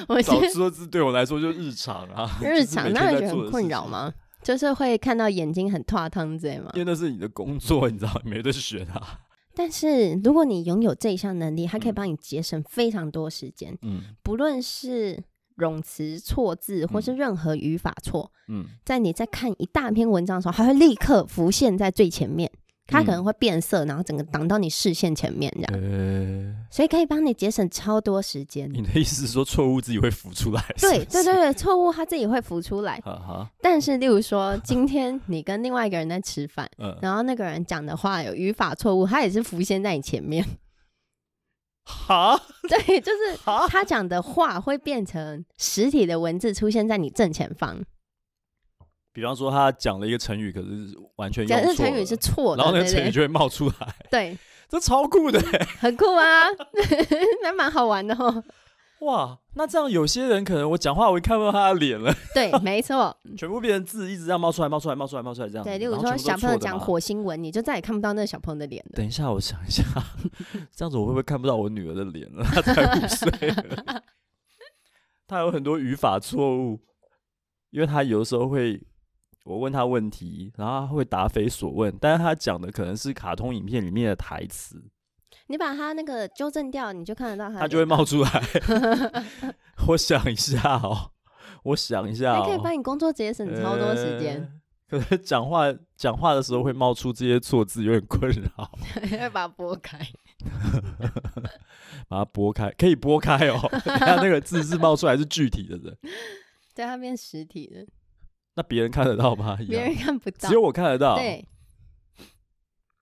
我觉
找
得
桌子对我来说就日常啊，
日常
就是每
那
天在
会觉得
做的
很困
事
扰
情？
吗？就是会看到眼睛很烫汤之类吗
因？为那是你的工作，你知道没得选啊。
但是如果你拥有这一项能力，它可以
嗯
帮你节省非常多时间，
嗯
不论是冗词错字，或是
嗯
任何语法错，
嗯，
在你在看一大篇文章的时候，它会立刻浮现在最前
嗯
面，它可能会变色，然后整个挡到你视线前面这样，
呃、
所以可以帮你节省超多时间。
你的意思是说错误自己会浮出来？
对
是不
对
是
对，对，错误它自己会浮出来。
哈哈，
但是，例如说，今天你跟另外一个人在吃饭，
嗯，
然后那个人讲的话有语法错误，它也是浮现在你 前面。
哈
对，就是
哈，
他讲的话会变成实体的文字出现在你正前方，
比方说他讲了一个成语，可是完全
假
用
设
错
成语
了
是错的，
然后那个
对不
成语
对
就会冒出来，
对，
这超酷的、欸
很酷啊， 那蛮好玩的哦。
哇！那这样有些人可能我讲话我也看不到他的脸了，
对，没错，
全部变成字一直这样冒出来，冒出来，冒出来，冒出来这样子。
嗯对，例如
然后
说
全部都
小朋友
错的
讲
嘛
火星文，你就再也看不到那个小朋友的脸了。
等一下，我想一下， 这样子我会不会看不到我女儿的脸了？ 她才五 岁而已，她有很多语法错误，因为她有的时候会，我问她问题，然后她会答非所问，但是她讲的可能是卡通影片里面的台词，
你把他那个纠正掉，你就看得到他，
她就会。冒出来。 我想一下哦，我想一下、
还
哦，
可以帮你工作节省超多时间，
呃。可是讲话讲话的时候会冒出这些错字，有点困扰。
要把它 拨开。
把它拨开，可以拨开 哦。等一下那个字是冒出来是具体的人，
对，它变实体了，
那别人看得到吗？一
别
样
人看不
啊
到
只。有我看得到。
对，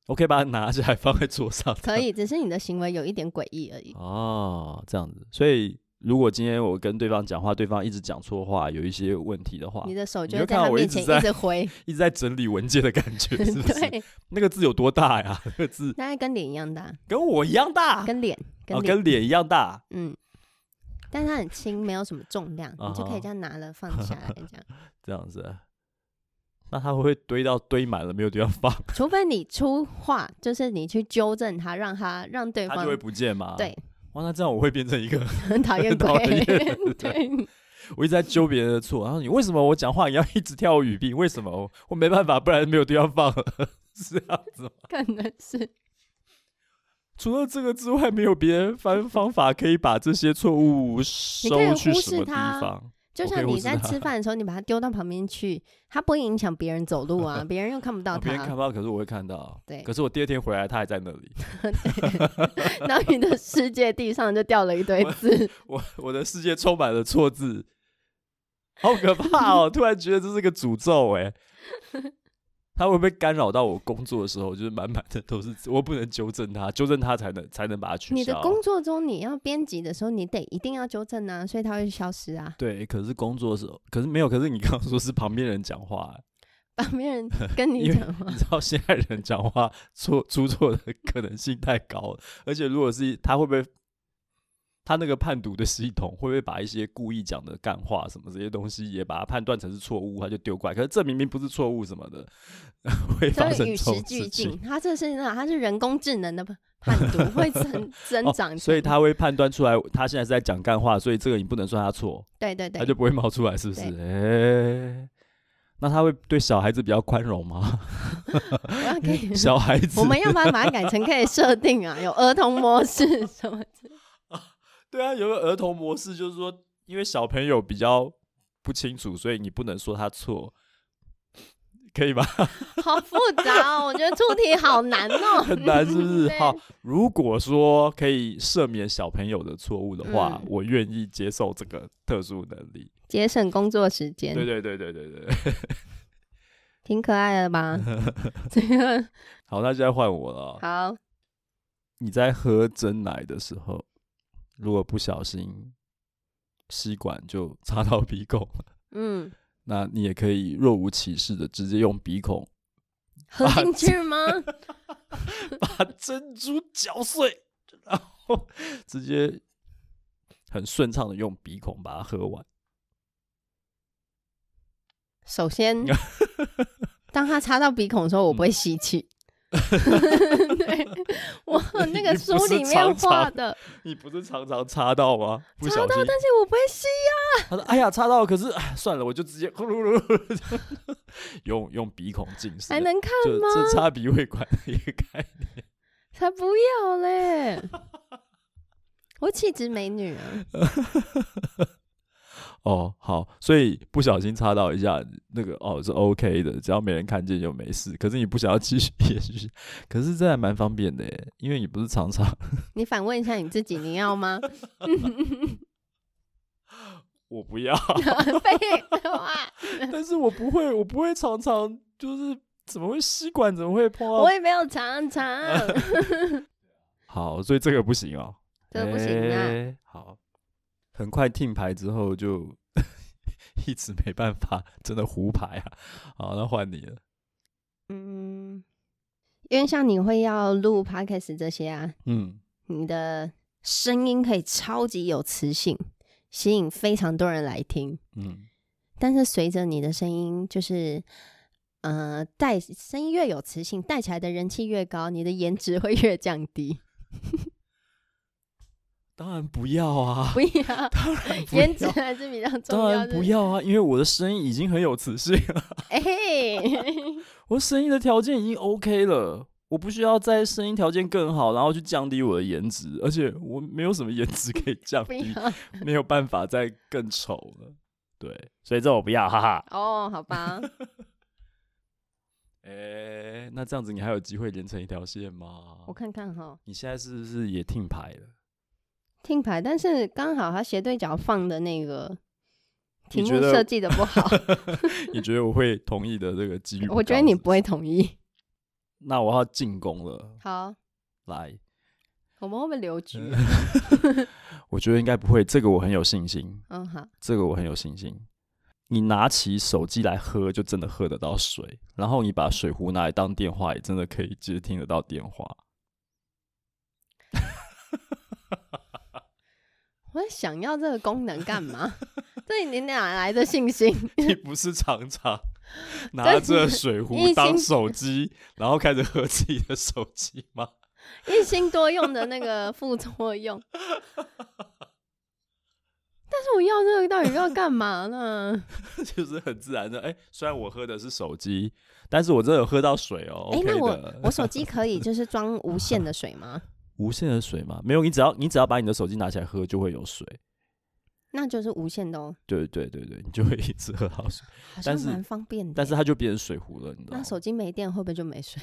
我可以把它拿起来放在桌上。
可以，只是你的行为有一点诡异而已。
哦，这样子。所以如果今天我跟对方讲话，对方一直讲错话，有一些问题的话
你，的手
你
就
就
会在
看
他
我一
面
直
前
在
一直挥，
一直在整理文件的感 觉， 是不是？
对，
那个字有多大呀？那个字
大概跟脸一样大，
跟我一样大，
跟脸，
哦，
脸，
跟脸一样大。
嗯。但它很轻，没有什么重量，
啊
你就可
哈
以这样拿了放下来，这样。
这样子。那它会不会堆到堆满了没有地方放，
除非你出话，就是你去纠正他，让他让对
它
方
就会不见嘛？
对。
哇，那这样我会变成一个，
很 讨厌
很讨
鬼
厌，
对，
我一直在揪别人的错。然后你为什么我讲话你要一直跳语病？为什么我我没办法，不然没有地方放了，是这样子吗？
可能是
除了这个之外，没有别的方方法可以把这些错误收
可以
去
忽
什么地
视它
方？
就
我可以
像
忽
你
视
在
它
吃饭的时候，你把它丢到旁边去，它不会影响别人走 路啊，别人又看不到
啊别人看
它。
不到，可是我会看到。
对
可是我第二天回来，他还在那里。
然后你的世界地上就掉了 一堆字，
我我的世界充满了错字，好可怕哦！突然觉得这是个诅咒哎、他会不会干扰到我工作的时候？就是满满的都是字，我不能纠正他，纠正他才能才能把它取消。
你的工作中你要编辑的时候，你得一定要纠正啊，所以它会消失啊。
对，可是工作的时候，可是没有，可是你刚刚说是旁边人讲话、啊
旁边人跟你
因为
讲话
你，知道现在人讲话错出错的可能性太高了，而且如果是他会不会他那个判读的系统会不会把一些故意讲的干话什么这些东西也把它判断成是错误，他就丢过来，可是这明明不是错误什么的， 会发
所
生
以
这
与时
种
俱
事
进
情。。
它这是那它是人工智能的判读会增 增
哦
长，
所以他会判断出来，他现在是在讲干话，所以这个你不能算他错，
对对
他
对
就，不会冒出来，是不是？诶，那他会对小孩子比较宽容 吗？
我要可 以，
小孩子
我们要不要把它改成可以设定啊？有儿童模式什么？
对啊，有个儿童模式，就是说，因为小朋友比较不清楚，所以你不能说他错，可以吧？
好复杂哦，我觉得出题好难 哦，
很难，是不是？
对
好， 如果说可以赦免小朋友的错误的话，
嗯
我愿意接受这个特殊能力。
节省工作时间，
对对对对对对。
挺可爱的吧？这个
好，那现在换我了。哦
好，
你在喝真奶的时候，如果不小心吸管就 插到鼻孔了，
嗯，
那你也可以若无其事的直接用鼻孔啊
喝进去 吗？
把珍珠搅碎，然后直接很顺畅的用鼻孔把它喝完。
首 先，当它插到鼻孔的时候，我不会吸
嗯
气。对，我 那个书里面画的，
你不是常常插到吗？不
插
小
到，
心，
但是我不会吸呀、
他说：“哎呀，插到，可是哎算了，我就直接呼噜噜噜，用用鼻孔进食
还，能看
就
吗
这？插鼻胃管的一个概念。
才不要嘞！我气质美女啊，
哦，好，所以不小心插到一下，那个哦是 OK 的，只要没人看见就没事。可是你不想要继续延续，可是这还蛮方便的耶，因为你不是常 常
你反问一下你自己，你要吗？
我不要。”
废话。
但是我不会，我不会常常就是怎么会吸管怎么会碰
我
到？
也没有尝尝，
好，所以这个不行哦，
这不行啊！
诶好，很快听牌之后就 一直没办法，真的胡牌啊！好，那换你了。
嗯，因为像你会要录 podcast 这些啊，
嗯，
你的声音可以超级有磁性，吸引非常多人来听。
嗯，
但是随着你的声音，就是呃带声音越有磁性，带起来的人气越高，你的颜值会越降低。
当然不要啊，
不要，
当然不
颜值
要，
还是比较重
当
要
然
的。
不要啊，因为我的声音已经很有磁性了，
哎嘿，
我声音的条件已经 OK 了。我不需要在声音条件更好，然后去降低我的颜值，而且我没有什么颜值可以降
不
低
要
没有办法再更丑了。对，所以这我不要，哈哈。
哦，好吧，
哎、那这样子你还有机会连成一条线吗
我？看看哈。
你现在是不是也停牌了？
听牌，但是刚好他斜对角放的那个
你
题目
觉得
设计的不好，
你觉得我会同意的这个几率不高？
我觉得你
是
不会同意。
那我要进攻了，
好，
来，
我们会不会留局啊？
嗯我觉得应该不会，这个我很有信心，
嗯，好，
这个我很有信心。你拿起手机来喝，就真的喝得到水。然后你把水壶拿来当电话，也真的可以接听得到电话。
我在想要这个功能 干嘛？对你哪来的信心？
你不是常 常拿着水壶
一
当
心
手机，然后开始喝自己的手机吗？
一心多用的那个副作用。但是我要这个到底要干嘛呢？
就是很自然的。哎、虽然我喝的是手机，但是我真的有喝到水哦、
哎
OK
那
的，
我手机可以就是装无线的水吗？
无限的水嘛，没有，你只要你只要把你的手机拿起来喝，就会有水。
那就是无线的哦，
对对对对，你就会一直喝到水，但
好像
是
蛮方便的。欸
但是它就变成水壶了，你知道
那
吗？
手机没电会不会就没水？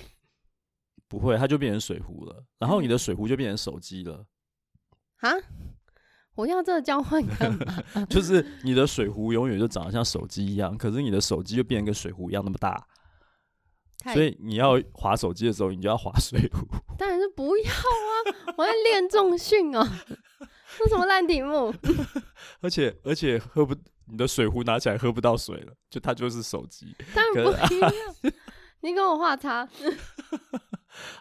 不会，它就变成水壶了，然后你的水壶就变成手机了，
啊？我要这个交换干 嘛？
就是你的水壶永远就长得像手机一样，可是你的手机就变得跟水壶一样那么大，
太
所以你要划手机的时候，你就要划水壶。
当然是不要啊！我在练重训哦，这什么烂题目？
而且而且喝不，你的水壶拿起来喝不到水了，就它就是手机。
当然不 一样。你跟我画叉，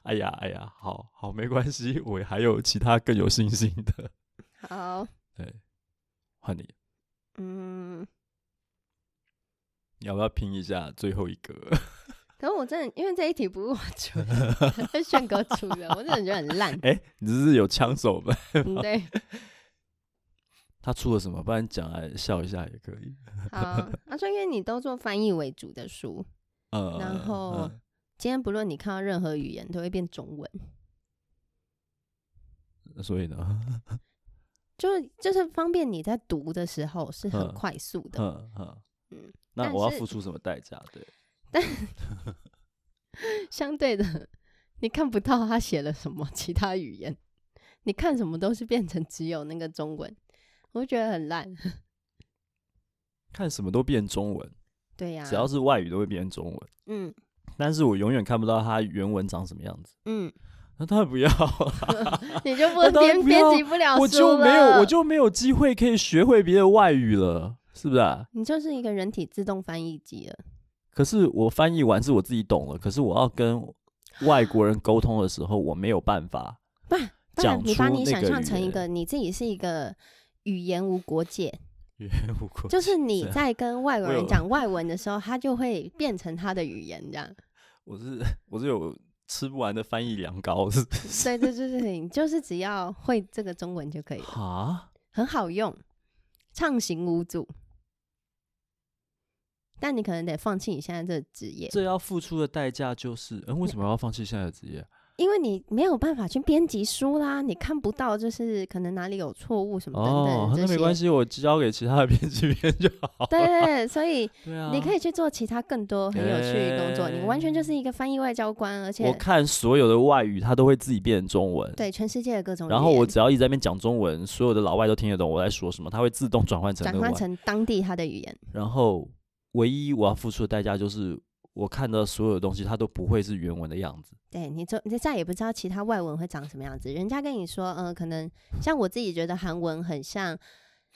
哎呀哎呀，好好没关系， 我还有其他更有信心的。
好，
换你，
嗯，
你要不要拼一下最后一个？。
可是我真的因为这一题不是我出的，是炫哥出的，我真的觉得很烂
哎、你这是有枪手吧？
嗯，对，
他出了什么？不然讲来笑一下也可以。
好，那就因为你都做翻译为主的书，
呃，
然后
嗯
今天不论你看到任何语言都会变中文，
呃所以呢，
就是就是方便你在读的时候是很
嗯
快速的。
嗯嗯
嗯
那
但
我要
是
付出什么代价？对，嗯
相对的， 你看不到他写了什么其他语言，你看什么都是变成只有那个中文，我就觉得很烂。
看什么都变中文，
对呀、
只要是外语都会变中文，
嗯
但是我永远看不到它原文长什么样子。
嗯，
那当然不要啊
你就不
那当然
编
不要
编辑不了
我
书
就没有，
了
我就没有机会可以学会别的外语了，是不是、啊？
你就是一个人体自动翻译机了。
可是我翻译完是我自己懂了，可是我要跟外国人沟通的时候，我没有办 法。
不然
讲
你把
出
你
那
想
个
象
语
成一
言
个你自己是一个语言无国界，
言无国
就是你
是啊
在跟外国
我
人
有
讲外文的时候，他就会变成他的语言这样。
我是我是有吃不完的翻译凉糕，是
对对对对对，你就是只要会这个中文 就可以了。
啊，
很好用，畅行无阻。但你可能得放弃你现在这个职业，
这要付出的代价就是，嗯，为什么要放弃现在的职业？
因为你没有办法去编辑书啦，你看不到就是可能哪里有错误什么嗯等
哦
等，
那
这些。
没关系，我交给其他的编辑编就好。
对对对，所以
对 啊，哎
你可以去做其他更多很有趣的工作，你完全就是一个翻译外交官，而
我
且
看所有的外语，它都会自己变成中文。
对全世界的各种语言，
然后我只要一直在那边讲中文，所有的老外都听得懂我在说什么，它会自动转换成那
转
个
换
外
成当地他的语言。
然后唯一我要付出的代价就是，我看到所有的东西它都不会是原文的样子。
对你就你就再也不知道其他外文会长什么样子。人家跟你说，嗯、可能像我自己觉得韩文很像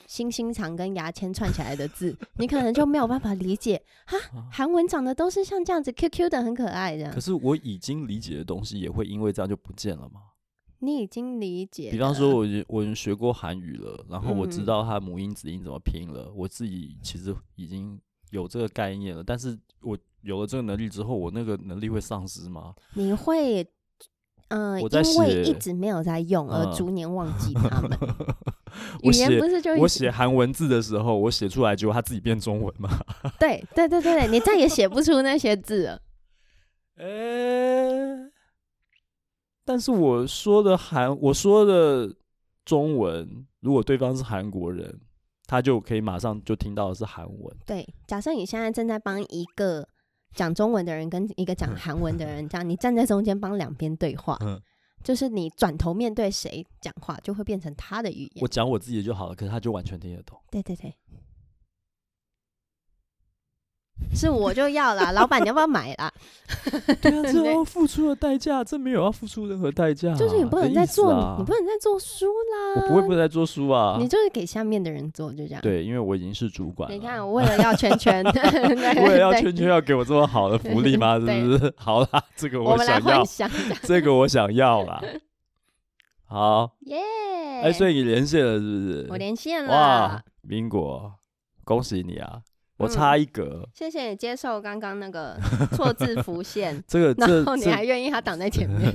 星星长跟牙签串起来的字，你可能就没有办法理解哈，韩文长得都是像这样子 QQ 的，很可爱这样
啊可。是我已经理解的东西也会因为这样就不见了嘛？
你已经理解了。
比方说我已经，我已经学过韩语了，然后我知
嗯
道它母音子音怎么拼了，我自己其实已经有这个概念了。但是我有了这个能力之后，我那个能力会丧失吗？
你会，嗯、
我在
因
写
为一直没有在用而
嗯
逐年忘记他们。语
我
言
写
不是就
我
一
写韩文字的时候，我写出来结果它自己变中文嘛？
对对对对对，你再也写不出那些字了。
呃，但是我说的韩，我说的中文，如果对方是韩国人，他就可以马上就听到的是韩文。
对，假设你现在正在帮一个讲中文的人跟一个讲韩文的人讲，你站在中间帮两边对话
嗯，
就是你转头面对谁讲话，就会变成他的语
我
言。
讲我自己的就好了，可是他就完全听得懂。
对对对，是我就要啦，老板你要不要买啦？
对 啊，这
对
要付出的代价，这没有要付出任何代 价啊、
就是你不能再做，
的意思啊
你不能再做书啦。
我不会不能再做书啊
你。就是给下面的人做，就这样。
对，因为我已经是主管了。
你看，我为了要 圈圈，为
我也要圈圈要给我这么好的福利吗？是
对
不是？ 好啦，这个
我们来
想
幻
要，
想一下，
这个我想要啦。 好，
耶！
哎、所以你连线了是不
我
是？
连线
哇
了，，
民国，恭喜你啊！我
嗯
差一格，
谢谢你接受刚刚 那个错字浮现，
这 个这
然后你还
这
愿意他挡在 前面，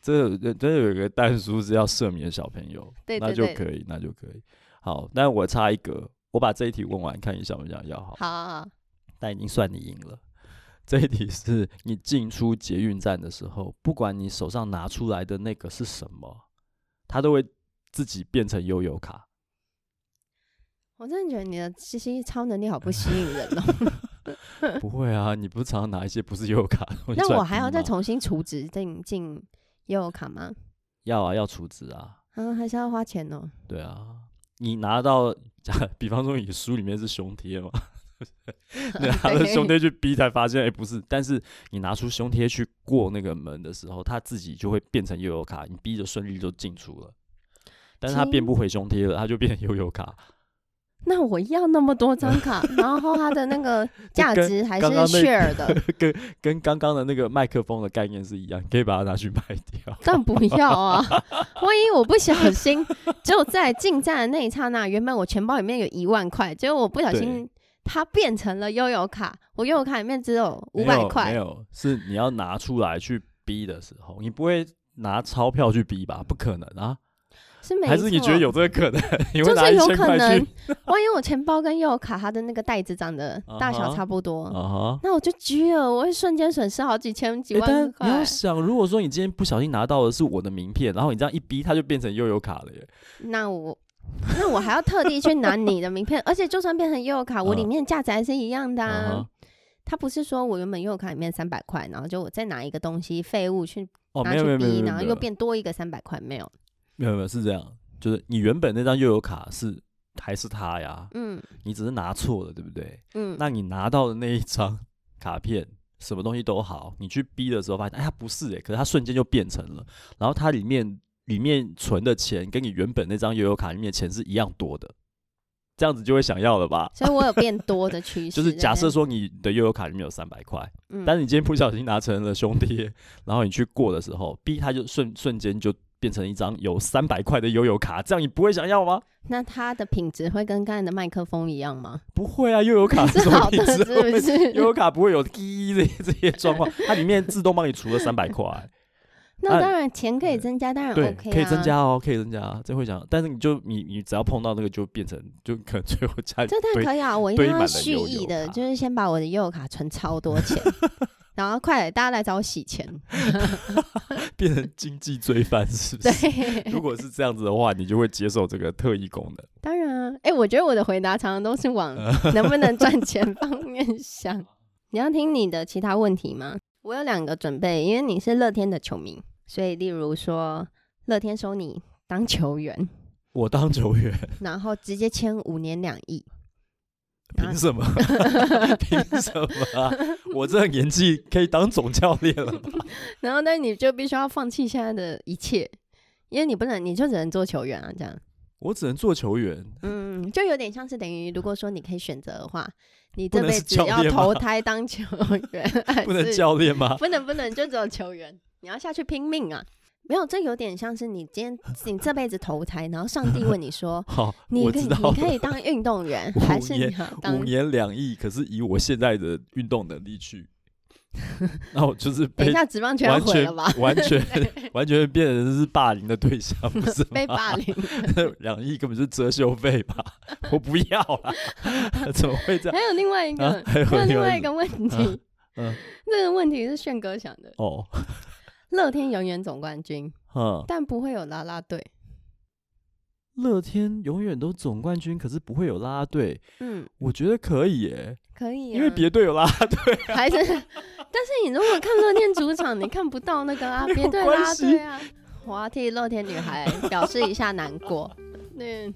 这这这有一个蛋叔是要赦免小朋友，
对
那
对
就
对，
可以，那就可以。好，那我差一格，我把这一题问完，看你想不想要好。
好好好，
但已经算你赢了。这一题是你进出捷运站的时候，不管你手上拿出来的那个是什么，它都会自己变成悠游 卡。
我真的觉得你的这些超能力好不吸引 人哦。
不会啊，你不是常常拿一些不是悠游卡的东西
那
转
我还
移
要再
吗
重新储值进进悠游卡吗？
要啊，要储值啊，
啊，还是要花钱 哦。
对啊。你拿到，比方说你书里面是胸贴 嘛，你拿了
对
胸贴去逼才发现，哎、不是。但是你拿出胸贴去过那个门的时候，它自己就会变成悠游卡，你逼着顺利就进出了。但是它变
亲
不回胸贴了，它就变成悠游卡。
那我要那么多张卡，然后它的那 个价
跟
值还是
刚刚那
share 的，
跟刚刚的那个麦克风的概念是一样，你可以把它拿去卖掉。
但不 要啊！万一我不小心，就在进站的那一刹那，原本我钱包里面有一万块，结果我不小心它变成了悠游卡，我悠游卡里面只有 五
没
百
有没
块，
有，是你要拿出来去逼的时候，你不会拿钞票去逼吧？不可能啊！
是没
还是你觉得
错
有这个 可能？你会
就
拿
是
一
有
千
可
块
能
去？，
万一我钱包跟悠游卡它的那个袋子长得 大
啊
小
哈
差不多
啊哈！
那我就狙了，我会瞬间损失好几千几
诶
万
但
块。
你要想，如果说你今天不小心拿到的是我的名片，然后你这样一逼，它就变成悠游卡了耶。
那我 那我还要特地去拿你的名片，而且就算变成悠游卡，我里
嗯
面价值还是一样的
啊
啊
哈。
他不是说我原本悠游卡里面三百块，然后就我再拿一个东西废物去
哦，
拿
没
去
有没有没有没
逼，
有，
然后
没
又
有
变多一个三百块，没有。
没有没有是这样，就是你原本那张悠游卡是还是它呀，
嗯
你只是拿错了，对不对？
嗯，
那你拿到的那一张卡片，什么东西都好，你去逼的时候发现，哎，它不是诶、可是它瞬间就变成了，然后它里面里面存的钱跟你原本那张悠游卡里面的钱是一样多的，这样子就会想要了吧？
所以我有变多的趋势。
就是假设
对
说你的悠游卡里面有三百块，
不对，
但
嗯
是你今天不小心拿成了兄弟，然后你去过的时候，逼它就瞬瞬间就变成一张有三百块的悠游卡，这样你不会想要吗？
那它的品质会跟刚才的麦克风一样吗？
不会啊，悠游卡
是
什么
好
品
的，
质
是
会
不
悠
是？
游卡不会有滴这些这些状况，它里面自动帮你除了三百块，
那当然，钱可以增加，当然
嗯对，
OK 啊，
可以增。加哦，可以增加啊，这会讲，但是你就你你只要碰到那个就变成就可能最后加
这当然
堆
可以啊，我一
堆
定要
满了
蓄
悠
意
游
的，
卡
就是先把我的悠游卡存超多 钱，然后快点大家来找我洗钱。
变成经济罪犯是不是？ 如
对，
果是这样子的话，你就会接受这个特异功能。
当然啊，哎、我觉得我的回答常常都是往
嗯
能不能赚钱方面想。你要听你的其他问题吗？我有两个准备，因为你是乐天的球迷，所以例如说乐天收你当球员，
我当球 员，
然后直接签五年两亿，
凭什么？
啊
凭什么 啊、我这个年纪可以当总教练了吧？
然后但你就必须要放弃现在的一切，因为你不能，你就只能做球员啊，这样。
我只能做球 员。
嗯，就有点像是等于，如果说你可以选择的话，你
不
这
能
辈
是
子
教
要
练吗
投胎当球员， 还
不能
是
教练吗？，
不能不能，就只有球员，你要下去拼命啊！没有，这有点像是你今天你这辈子投胎，然后上帝问你说
好，
你
我
可以
知
你
道了
可以当运 动员
五，
还是你
年
要
五
当？
年两亿，可是以我现在的运动能力 去，那我就是
等
被
一下，职棒圈要
完
毁
全
了吧？
完 全完全变成是霸凌的对象，不是
被
吗
霸凌，
两亿根本就是遮羞费吧？我不要啦， 怎么会这样？
还有另外一个
啊，还有
还有
另
另
外
外
一
一个问题，
嗯
这个问题是炫哥想的。
哦，
乐天永远总冠军，
嗯，
但不会有啦啦队。
乐天永远都总冠军，可是不会有啦啦队，
嗯，
我觉得可以耶，
可以、啊，
因为别队有啦啦队，
还 是，但是你如果看乐天主场，你看不到那个啊，
没有
别对
关
啦
系
对啊。我要替乐天女孩表示一下难过。嗯，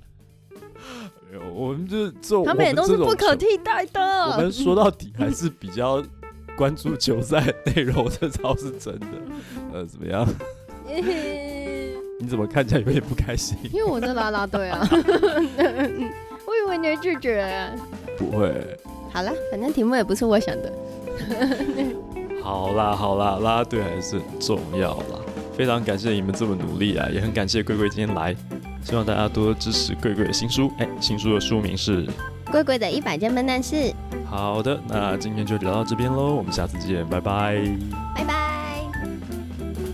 没有，我们就是做
他们也都是不可
替。
替代的。
我们说到底还是比较关注球赛内容， 这倒是真的。呃，怎么样？你怎么看起来有点不开心？
因为我在拉拉队啊， 我以为你会拒绝。
不会，
好了，反正题目也不是我想的。
好啦好啦，啦啦队还是很重要啦。非常感谢你们这么努力啊，也很感谢贵贵今天来，希望大家多多支持贵贵的新书。哎，新书的书名是……
贵贵的一百件笨蛋事，
好的，那今天就聊到这边喽，我们下次见，拜拜。
拜拜。